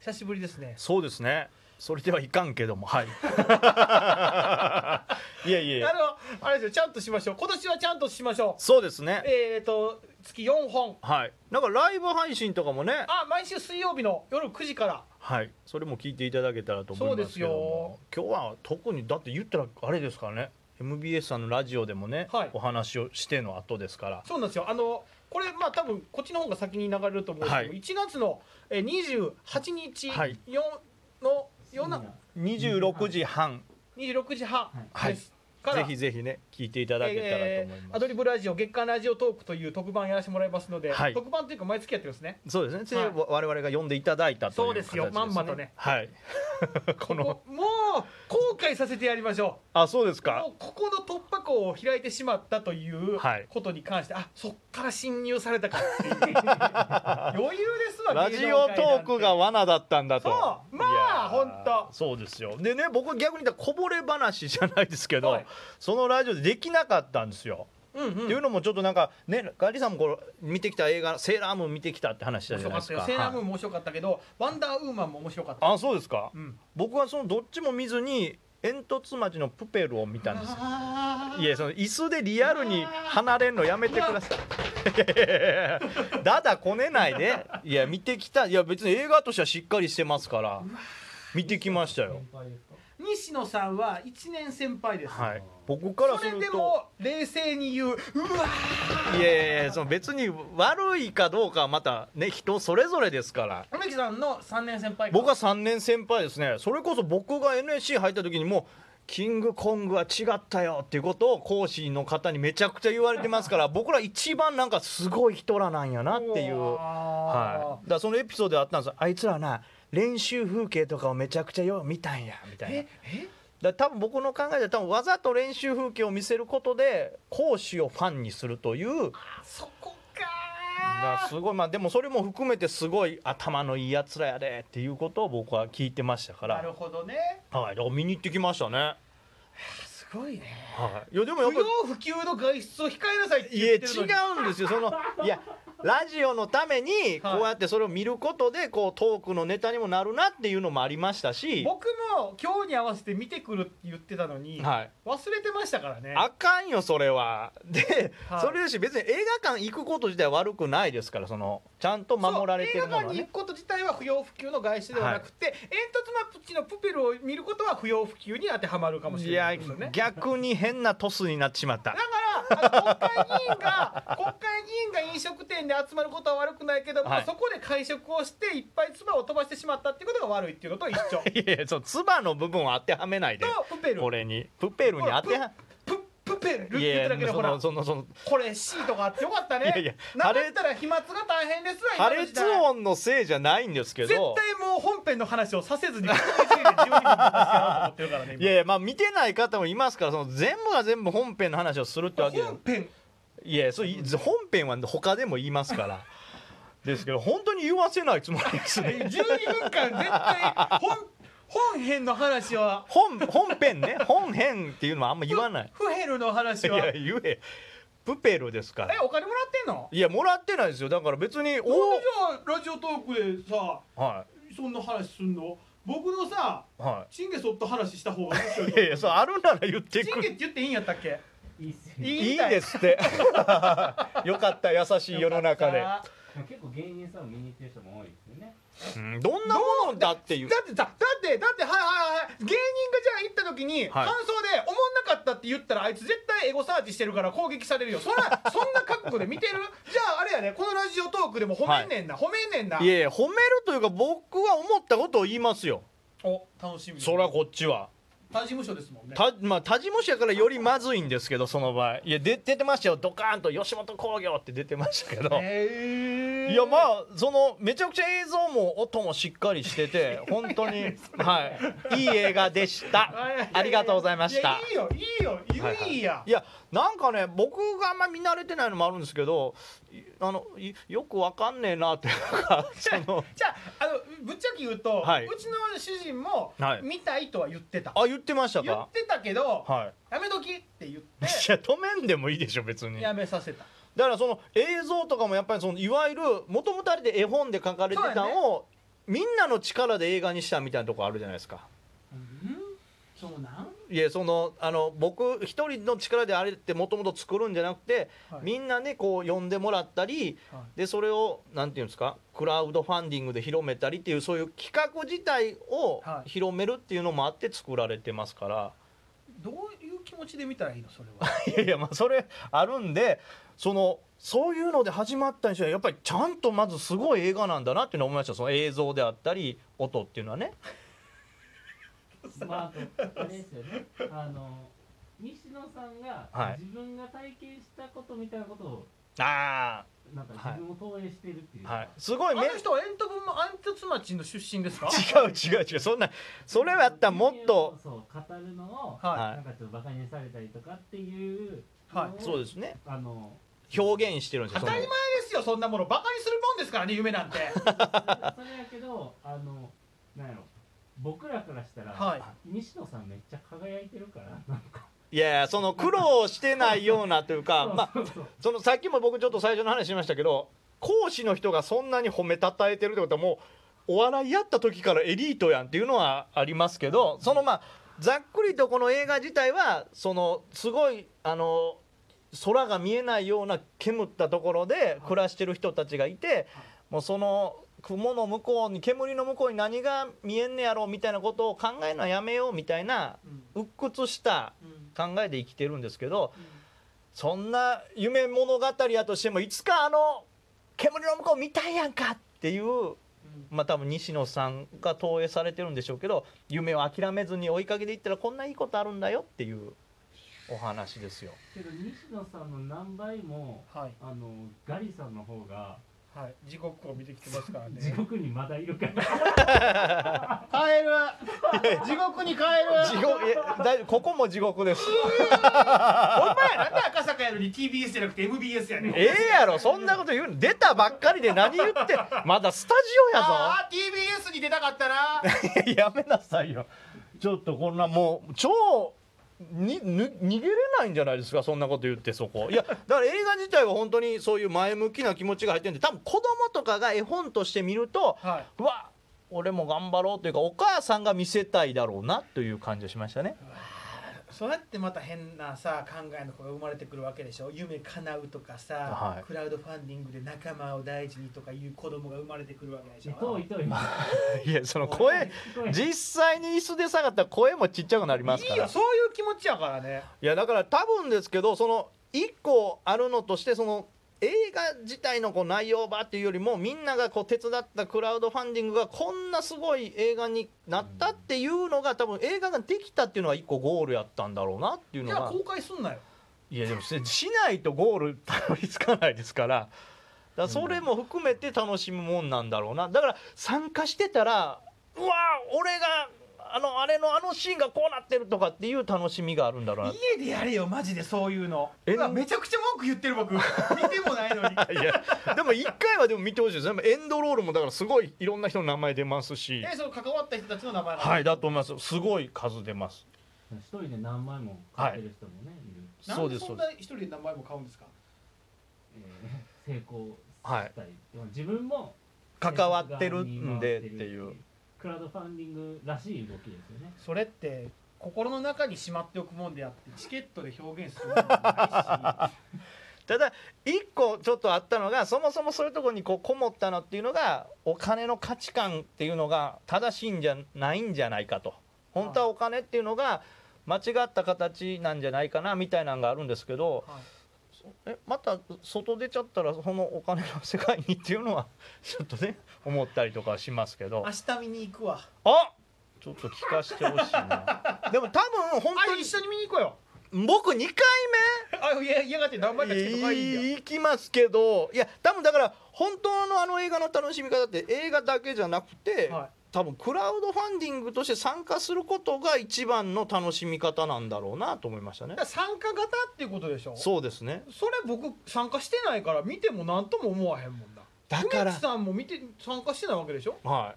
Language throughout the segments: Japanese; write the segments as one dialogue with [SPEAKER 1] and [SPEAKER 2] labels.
[SPEAKER 1] 久しぶりですね
[SPEAKER 2] そうですね。それではいかんけど も、はい。いやいやい
[SPEAKER 1] あ
[SPEAKER 2] や。
[SPEAKER 1] のあれですよちゃんとしましょう今年はちゃんとしましょ
[SPEAKER 2] そうです
[SPEAKER 1] う
[SPEAKER 2] ね。
[SPEAKER 1] えっ、と月4本
[SPEAKER 2] はい。なんかライブ配信とかもね、
[SPEAKER 1] あ毎週水曜日の夜9時から
[SPEAKER 2] はい。それも聞いていただけたらと思いますけども。今日は特にだって言ったらあれですからね。MBS さんのラジオでもね、
[SPEAKER 1] はい
[SPEAKER 2] お話をしての後ですから。
[SPEAKER 1] そうなんですよあのこれまあ多分こっちの方が先に流れると思うんですけど、
[SPEAKER 2] はい
[SPEAKER 1] 1月のえー28日
[SPEAKER 2] はい
[SPEAKER 1] よんの夜な
[SPEAKER 2] 26時半、
[SPEAKER 1] 26時半
[SPEAKER 2] はい
[SPEAKER 1] ですから、
[SPEAKER 2] ぜひぜひね聞いていただけたらと
[SPEAKER 1] え
[SPEAKER 2] 思います。
[SPEAKER 1] ーアドリブラジオ月間ラジオトークという特番やらせてもらいますので、
[SPEAKER 2] はい
[SPEAKER 1] 特番というか毎月やってるんですね
[SPEAKER 2] そうですね。つい
[SPEAKER 1] はい
[SPEAKER 2] 我々が呼んでいただいたとい
[SPEAKER 1] そう
[SPEAKER 2] う形で、
[SPEAKER 1] ですす
[SPEAKER 2] ね。
[SPEAKER 1] よまんまとね。
[SPEAKER 2] はい。この
[SPEAKER 1] ここもう後悔させてやりましょ
[SPEAKER 2] あそうです
[SPEAKER 1] う
[SPEAKER 2] か
[SPEAKER 1] も。うここの突破口を開いてしまったという
[SPEAKER 2] はい
[SPEAKER 1] ことに関して、あそっから侵入されたかっていう 余裕ですわ
[SPEAKER 2] ラジオトークが罠だったんだと。
[SPEAKER 1] そうまあ
[SPEAKER 2] いやー
[SPEAKER 1] ほんと
[SPEAKER 2] そうですよ。でね、僕逆に言ったらこぼれ話じゃないですけど、
[SPEAKER 1] はい
[SPEAKER 2] そのラジオでできなかったんですよ。
[SPEAKER 1] うんうん
[SPEAKER 2] っていうのもちょっとなんかね、ガリさんもこう見てきた映画セーラームーン見てきたって話した
[SPEAKER 1] 面
[SPEAKER 2] じゃ
[SPEAKER 1] 白
[SPEAKER 2] な
[SPEAKER 1] かっ
[SPEAKER 2] いです
[SPEAKER 1] た
[SPEAKER 2] か。
[SPEAKER 1] よセーラームー
[SPEAKER 2] はい
[SPEAKER 1] ンも面白かったけどワンダーウーマンも面白かった
[SPEAKER 2] あ、そうですか。
[SPEAKER 1] うん
[SPEAKER 2] 僕はそのどっちも見ずに煙突町のプペルを見たんですよ。
[SPEAKER 1] あー
[SPEAKER 2] いやその椅子でリアルに離れんのやめてください。いやいやいやいや だだこねないで。いや見てきた。いや別に映画としてはしっかりしてますから。見てきましたよ。
[SPEAKER 1] 西野さんは1年先輩です、
[SPEAKER 2] はい。僕から
[SPEAKER 1] そ
[SPEAKER 2] する
[SPEAKER 1] れで
[SPEAKER 2] と。
[SPEAKER 1] も冷静に言ううわ
[SPEAKER 2] いやいやいやその別に悪いかどうかはまたね人それぞれですから。
[SPEAKER 1] 梅木さんの3年先輩か
[SPEAKER 2] 僕は3年先輩ですね。それこそ僕が NSC 入った時にもう。キングコングは違ったよっていうことを講師の方にめちゃくちゃ言われてますから僕ら一番なんかすごい人らなんやなっていう
[SPEAKER 1] わあ
[SPEAKER 2] はい、だからそのエピソードであったんですよあいつらはな練習風景とかをめちゃくちゃよう見たんやみたいなだ
[SPEAKER 1] え
[SPEAKER 2] か
[SPEAKER 1] え
[SPEAKER 2] ら多分僕の考えでは多分わざと練習風景を見せることで講師をファンにするという
[SPEAKER 1] そこ
[SPEAKER 2] まあ
[SPEAKER 1] か
[SPEAKER 2] すごいまあでもそれも含めてすごい頭のいいやつらやでっていうことを僕は聞いてましたか
[SPEAKER 1] ー
[SPEAKER 2] ら
[SPEAKER 1] なるほどね
[SPEAKER 2] はい、だから見に行ってきましたね、
[SPEAKER 1] すごいね
[SPEAKER 2] はい、いやでも
[SPEAKER 1] 不
[SPEAKER 2] やっぱり
[SPEAKER 1] 要不急の外出を控えなさいって
[SPEAKER 2] いや
[SPEAKER 1] 言っ
[SPEAKER 2] 違
[SPEAKER 1] てるのに
[SPEAKER 2] うんですよそのいやラジオのためにこうやってそれを見ることでこうトークのネタにもなるなっていうのもありましたし、
[SPEAKER 1] 僕も今日に合わせて見てくるって言ってたのに、
[SPEAKER 2] はい、
[SPEAKER 1] 忘れてましたからね
[SPEAKER 2] あかんよそれはで、
[SPEAKER 1] はい
[SPEAKER 2] それよし別に映画館行くこと自体悪くないですからそのちゃんと守られてるも
[SPEAKER 1] そう映
[SPEAKER 2] の
[SPEAKER 1] 画
[SPEAKER 2] は
[SPEAKER 1] 館に行
[SPEAKER 2] ね
[SPEAKER 1] くこと自体は不要不急の外出ではなくて、煙突マッチのプペルを見ることは不要不急に当てはまるかもし
[SPEAKER 2] い
[SPEAKER 1] れな
[SPEAKER 2] や
[SPEAKER 1] いですよね
[SPEAKER 2] 逆に変なトスになっちま った
[SPEAKER 1] だからあの国会議員 が国会議員が飲食店で集まることは悪くないけども、
[SPEAKER 2] はい
[SPEAKER 1] そこで会食をしていっぱい唾を飛ばしてしまったってことが悪いっていうのと一緒
[SPEAKER 2] いやいやその唾の部分を当てはめないで
[SPEAKER 1] とプペル
[SPEAKER 2] これにプペルに当ては
[SPEAKER 1] ププペルっ
[SPEAKER 2] い
[SPEAKER 1] て言っ
[SPEAKER 2] や
[SPEAKER 1] ただ
[SPEAKER 2] い
[SPEAKER 1] けで
[SPEAKER 2] や
[SPEAKER 1] ほ
[SPEAKER 2] そ
[SPEAKER 1] ら
[SPEAKER 2] のそのその
[SPEAKER 1] これシートがあってよかったね
[SPEAKER 2] いやいや
[SPEAKER 1] なかったら飛沫が大変ですわ
[SPEAKER 2] 破
[SPEAKER 1] 今の
[SPEAKER 2] 裂
[SPEAKER 1] 時代
[SPEAKER 2] 音のせいじゃないんですけ
[SPEAKER 1] 絶対
[SPEAKER 2] ど
[SPEAKER 1] もう本編の話をさせずにここについて12分の話やろうと思ってるからね
[SPEAKER 2] いやいやまあ見てない方もいますからその全部が全部本編の話をするって
[SPEAKER 1] 今
[SPEAKER 2] わけじゃ
[SPEAKER 1] 本編
[SPEAKER 2] いやそうい本編は他でも言いますからですけど本当に言わせないつもりですね
[SPEAKER 1] 12分間絶対本本編の話は
[SPEAKER 2] 本本編ね本編っていうのはあんま言わない
[SPEAKER 1] フヘルの
[SPEAKER 2] い
[SPEAKER 1] 話は
[SPEAKER 2] や言えプペルですか
[SPEAKER 1] え
[SPEAKER 2] ら
[SPEAKER 1] お金もらってんの
[SPEAKER 2] いやもらってないですよだから別に
[SPEAKER 1] なんで
[SPEAKER 2] お
[SPEAKER 1] じゃあラジオトークでさ
[SPEAKER 2] は
[SPEAKER 1] そんな話すんの僕のさ
[SPEAKER 2] いは
[SPEAKER 1] チンゲそっと話した方が面白い
[SPEAKER 2] いいやいやそうあるなら言って
[SPEAKER 1] チ
[SPEAKER 2] く
[SPEAKER 1] ンゲって
[SPEAKER 2] る
[SPEAKER 1] 言っていいんやったっけ
[SPEAKER 3] いいっすよ
[SPEAKER 1] い
[SPEAKER 2] いい
[SPEAKER 1] みた
[SPEAKER 2] ですって よかった優しい世の中で
[SPEAKER 1] よかった
[SPEAKER 3] 結構芸人さんを見に行ってる人も多いですよね
[SPEAKER 2] うんどんなものだっていう
[SPEAKER 1] だってさだってだってはいはいはい芸人がじゃあ行った時に、
[SPEAKER 2] はい
[SPEAKER 1] 感想で「おもんなかった」って言ったらあいつ絶対エゴサーチしてるから攻撃されるよそんなそんな覚悟で見てるじゃああれやねこのラジオトークでも褒めんねんな、褒めんねんない
[SPEAKER 2] やいや褒めるというか僕は思ったことを言いますよ
[SPEAKER 1] お楽しみ
[SPEAKER 2] そらこっちは
[SPEAKER 1] 他事務所ですもんね
[SPEAKER 2] たまあ他事務所やからよりまずいんですけどその場合いや出出てましたよドカーンと吉本興業って出てましたけど、
[SPEAKER 1] へ
[SPEAKER 2] いやま
[SPEAKER 1] あ
[SPEAKER 2] あそのめちゃくちゃ映像も音もしっかりし てて本当にはいいい映画でしたありがとうございました
[SPEAKER 1] いやいいよいいよ
[SPEAKER 2] はいはい
[SPEAKER 1] や
[SPEAKER 2] いやなんかね僕があんま見慣れてないのもあるんですけどいあのいよくわかんねえなっていうかそ の
[SPEAKER 1] じゃああのぶっちゃけ言うと、
[SPEAKER 2] はいう
[SPEAKER 1] ちの主人も
[SPEAKER 2] はい
[SPEAKER 1] 見たいとは言ってた、
[SPEAKER 2] あ言ってました
[SPEAKER 1] 言
[SPEAKER 2] か
[SPEAKER 1] ってたけど、
[SPEAKER 2] はい
[SPEAKER 1] やめときって言っ
[SPEAKER 2] いや
[SPEAKER 1] て
[SPEAKER 2] 止めんでもいいでしょ別に
[SPEAKER 1] やめさせた
[SPEAKER 2] だからその映像とかもやっぱりそのいわゆるもともとあれで絵本で書かれてたのをみんなの力で映画にしたみたいなとこあるじゃないですか
[SPEAKER 1] うんそうなん
[SPEAKER 2] いやそのあの僕一人の力であれってもともと作るんじゃなくて、
[SPEAKER 1] はい
[SPEAKER 2] みんなねこう呼んでもらったり
[SPEAKER 1] は
[SPEAKER 2] でそれをなんていうんですかクラウドファンディングで広めたりっていうそういう企画自体を
[SPEAKER 1] はい
[SPEAKER 2] 広めるっていうのもあって作られてますから、
[SPEAKER 1] どういう気持ちで見たらいいのそれは
[SPEAKER 2] い、やいやまあそれあるんでそのそういうので始まったにしてはやっぱりちゃんとまずすごい映画なんだなっていうのを思いましたその映像であったり音っていうのはね。
[SPEAKER 3] まあ、あとあれですよね。あの、西野さんが
[SPEAKER 2] はい
[SPEAKER 3] 自分が体験したことみたいなことを、
[SPEAKER 2] あ
[SPEAKER 3] なんか自分を投影してるっていう
[SPEAKER 2] ー
[SPEAKER 3] か。
[SPEAKER 2] はい、すご
[SPEAKER 1] あ
[SPEAKER 2] いめ
[SPEAKER 1] の人は煙突も煙突町の出身ですか
[SPEAKER 2] 違う違う違うそんなそれやったらもっと
[SPEAKER 3] そう語るのを、
[SPEAKER 1] は
[SPEAKER 2] はい
[SPEAKER 3] なんかちょっとバカにされたりとかっていうのを
[SPEAKER 1] はい
[SPEAKER 2] そうですね
[SPEAKER 3] あの
[SPEAKER 2] 表現してるんです
[SPEAKER 1] 当
[SPEAKER 2] よそ
[SPEAKER 1] た
[SPEAKER 2] の
[SPEAKER 1] り前ですよそんなものバカにするもんですからね夢なんて
[SPEAKER 3] それやけどあのなんやろ僕らからしたら、
[SPEAKER 1] はい
[SPEAKER 3] 西野さんめっちゃ輝いてるからなんか
[SPEAKER 2] いやいやその苦労してないようなというかまあ
[SPEAKER 3] そうそう
[SPEAKER 2] そのさっきも僕ちょっと最初の話しましたけど講師の人がそんなに褒めたたえてるってことはもうお笑いやった時からエリートやんっていうのはありますけどそのまあざっくりとこの映画自体はそのすごいあの空が見えないような煙ったところで暮らしてる人たちがいてもうその雲の向こうに煙の向こうに何が見えんねやろうみたいなことを考えるのはやめようみたいな
[SPEAKER 1] うん
[SPEAKER 2] 鬱屈した
[SPEAKER 1] うん
[SPEAKER 2] 考えで生きてるんですけど
[SPEAKER 1] うん
[SPEAKER 2] そんな夢物語やとしてもいつかあの煙の向こう見たいやんかっていう
[SPEAKER 1] うん
[SPEAKER 2] まあ多分西野さんが投影されてるんでしょうけど夢を諦めずに追いかけていったらこんないいことあるんだよっていうお話ですよ。
[SPEAKER 3] けど西野さんの何倍も
[SPEAKER 1] はい
[SPEAKER 3] あのガリさんの方が
[SPEAKER 1] はい地獄を見てきてますからね
[SPEAKER 3] 地獄にまだいる か
[SPEAKER 1] 帰
[SPEAKER 3] ら
[SPEAKER 1] る地獄に帰る
[SPEAKER 2] 地獄いや大丈夫ここも地獄です。
[SPEAKER 1] ほんまやなんで赤坂やのに TBS じゃなくて MBS やねん
[SPEAKER 2] ええやろそんなこと言うの出たばっかりで何言ってまだスタジオやぞ。
[SPEAKER 1] ああ TBS に出たかった な
[SPEAKER 2] やめなさいよちょっとこんなもう超にぬ逃げれないんじゃないですかそんなこと言ってそこいやだから映画自体は本当にそういう前向きな気持ちが入ってるんで多分子供とかが絵本として見ると
[SPEAKER 1] は
[SPEAKER 2] うわ俺も頑張ろうというかお母さんが見せたいだろうなという感じがしましたね
[SPEAKER 1] いそうやってまた変なさ考えの子が生まれてくるわけでしょ夢叶うとかさ、
[SPEAKER 2] はい
[SPEAKER 1] クラウドファンディングで仲間を大事にとかいう子供が生まれてくるわけでしょ
[SPEAKER 3] 遠い遠い
[SPEAKER 2] いやその声実際に椅子で下がったら声もちっちゃくなりますか
[SPEAKER 1] いい
[SPEAKER 2] ら
[SPEAKER 1] よそういう気持ちやからね
[SPEAKER 2] いやだから多分ですけどその一個あるのとしてその映画自体のこう内容ばっていうよりもみんながこう手伝ったクラウドファンディングがこんなすごい映画になったっていうのが多分映画ができたっていうのは一個ゴールやったんだろうなっていう
[SPEAKER 1] じ
[SPEAKER 2] の
[SPEAKER 1] ゃあ
[SPEAKER 2] が
[SPEAKER 1] 公開すんなよ
[SPEAKER 2] いやでもししないとゴールたどり着かないですからだからそれも含めて楽しむもんなんだろうなだから参加してたらうわー俺があのあれのあのシーンがこうなってるとかっていう楽しみがあるんだろうなって
[SPEAKER 1] 家でやれよマジでそういうの
[SPEAKER 2] え
[SPEAKER 1] うわめちゃくちゃ文句言ってる 僕見てもないのに
[SPEAKER 2] いやでも一回はでも見てほしいですねエンドロールもだからすごいいろんな人の名前出ますし
[SPEAKER 1] えその関わった人たちの名前なの
[SPEAKER 2] はいだと思いますすごい数出ます
[SPEAKER 3] 一人で何枚も買ってる人もね、い、る、
[SPEAKER 1] な
[SPEAKER 2] そ
[SPEAKER 1] ん
[SPEAKER 2] うで
[SPEAKER 1] ですそ
[SPEAKER 2] そうんです
[SPEAKER 1] な一人で名前も買うんですか
[SPEAKER 3] えー成功したり、自分も
[SPEAKER 2] 関わってるんでっていう
[SPEAKER 3] クラウドファンディングらしい動きですよね
[SPEAKER 1] それって心の中にしまっておくもんであってチケットで表現するもんじ ゃ
[SPEAKER 2] ただ一個ちょっとあったのがそもそもそういうところにこうこもったのっていうのがお金の価値観っていうのが正しいんじゃないんじゃないかと本当はお金っていうのが間違った形なんじゃないかなみたいなのがあるんですけど
[SPEAKER 1] ないし、
[SPEAKER 2] えまた外出ちゃったらそのお金の世界にっていうのは ちょっとね思ったりとかはしますけど
[SPEAKER 1] 明日見に行くわ
[SPEAKER 2] あちょっと聞かしてほし いなでも多分本
[SPEAKER 1] あ
[SPEAKER 2] 当
[SPEAKER 1] 一緒に見に行こうよ
[SPEAKER 2] に僕2
[SPEAKER 1] あいやいやがって名前
[SPEAKER 2] 回
[SPEAKER 1] がチケット
[SPEAKER 2] 目
[SPEAKER 1] 買いに行くよ
[SPEAKER 2] い行きますけどいや多分だから本当のあの映画の楽しみ方って映画だけじゃなくて、
[SPEAKER 1] は
[SPEAKER 2] 多分クラウドファンディングとして参加することが一番の楽しみ方なんだろうなと思いましたね
[SPEAKER 1] だから参加型っていうことでしょ
[SPEAKER 2] そうですね
[SPEAKER 1] それ僕参加してないから見ても何とも思わへんもんな
[SPEAKER 2] だから
[SPEAKER 1] 梅木さんも見て参加してないわけでしょ
[SPEAKER 2] は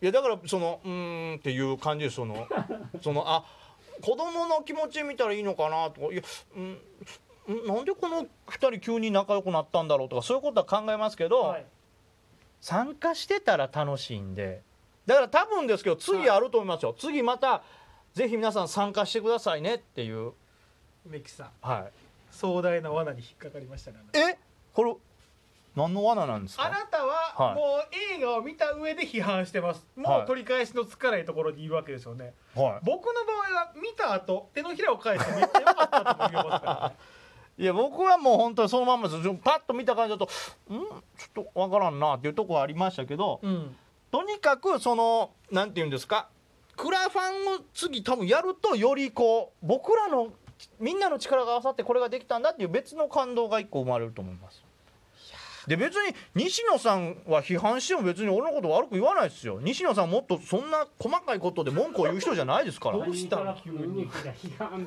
[SPEAKER 2] い。いやだからそのうーんっていう感じですその そのあ子供の気持ち見たらいいのかなとかいやうん。んなんでこの2人急に仲良くなったんだろうとかそういうことは考えますけど、
[SPEAKER 1] はい
[SPEAKER 2] 参加してたら楽しいんでだから多分ですけど次あると思いますよ、次またぜひ皆さん参加してくださいねっていう
[SPEAKER 1] メキさん
[SPEAKER 2] は
[SPEAKER 1] 壮大な罠に引っかかりましたね
[SPEAKER 2] いえこれ何の罠なんです
[SPEAKER 1] あ
[SPEAKER 2] か
[SPEAKER 1] なた
[SPEAKER 2] は
[SPEAKER 1] はいもう映画を見た上で批判してますも
[SPEAKER 2] は
[SPEAKER 1] う
[SPEAKER 2] い
[SPEAKER 1] 取り返しのつかないところにいるわけですよね
[SPEAKER 2] は
[SPEAKER 1] 僕の場合は見た後手のひらを返してめっちゃ良かったと思いますからね
[SPEAKER 2] いや僕はもう本当にそのまんまですちょパッと見た感じだとんちょっとわからんなっていうとこはありましたけど
[SPEAKER 1] うん
[SPEAKER 2] とにかくそのなんていうんですかクラファンを次多分やるとよりこう僕らのみんなの力が合わさってこれができたんだっていう別の感動が一個生まれると思いますで別に西野さんは批判しても別に俺のこと悪く言わないですよ西野さんもっとそんな細かいことで文句を言う人じゃないですから
[SPEAKER 1] どうしたの
[SPEAKER 3] 急に動きが批判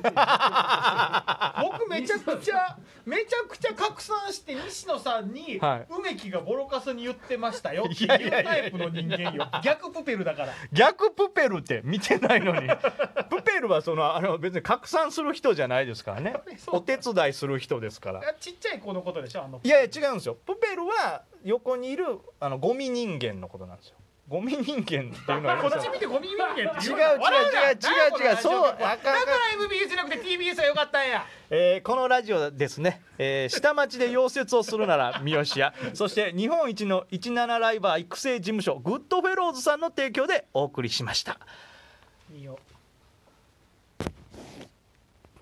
[SPEAKER 3] って
[SPEAKER 1] 僕めちゃくち ゃめちゃくちゃ拡散して西野さんに
[SPEAKER 2] はい
[SPEAKER 1] 梅木がボロカスに言ってましたよってい
[SPEAKER 2] いやいや
[SPEAKER 1] う
[SPEAKER 2] いやいや
[SPEAKER 1] タイプの人間よ逆プペルだから
[SPEAKER 2] 逆プペルって見てないのに プペルはそのあの別に拡散する人じゃないですからね
[SPEAKER 1] そう
[SPEAKER 2] お手伝いする人ですから
[SPEAKER 1] ちっちゃい子のことでしょあの
[SPEAKER 2] いやいや違うんですよプペルは横にいるあのゴミ人間のことなんですよゴミ人間っていうのは
[SPEAKER 1] こっち見てゴミ人間って言うな
[SPEAKER 2] 違う違
[SPEAKER 1] 笑
[SPEAKER 2] う
[SPEAKER 1] な
[SPEAKER 2] 違う違う
[SPEAKER 1] 何やこの
[SPEAKER 2] 違
[SPEAKER 1] ラジ
[SPEAKER 2] う
[SPEAKER 1] オ
[SPEAKER 2] そう
[SPEAKER 1] だから
[SPEAKER 2] あかんあかん
[SPEAKER 1] MBS じゃなくて TBS はよかったんや
[SPEAKER 2] えーこのラジオですね、えー下町で溶接をするなら三好屋 そして日本一の17ライバー育成事務所グッドフェローズさんの提供でお送りしました
[SPEAKER 1] 見よう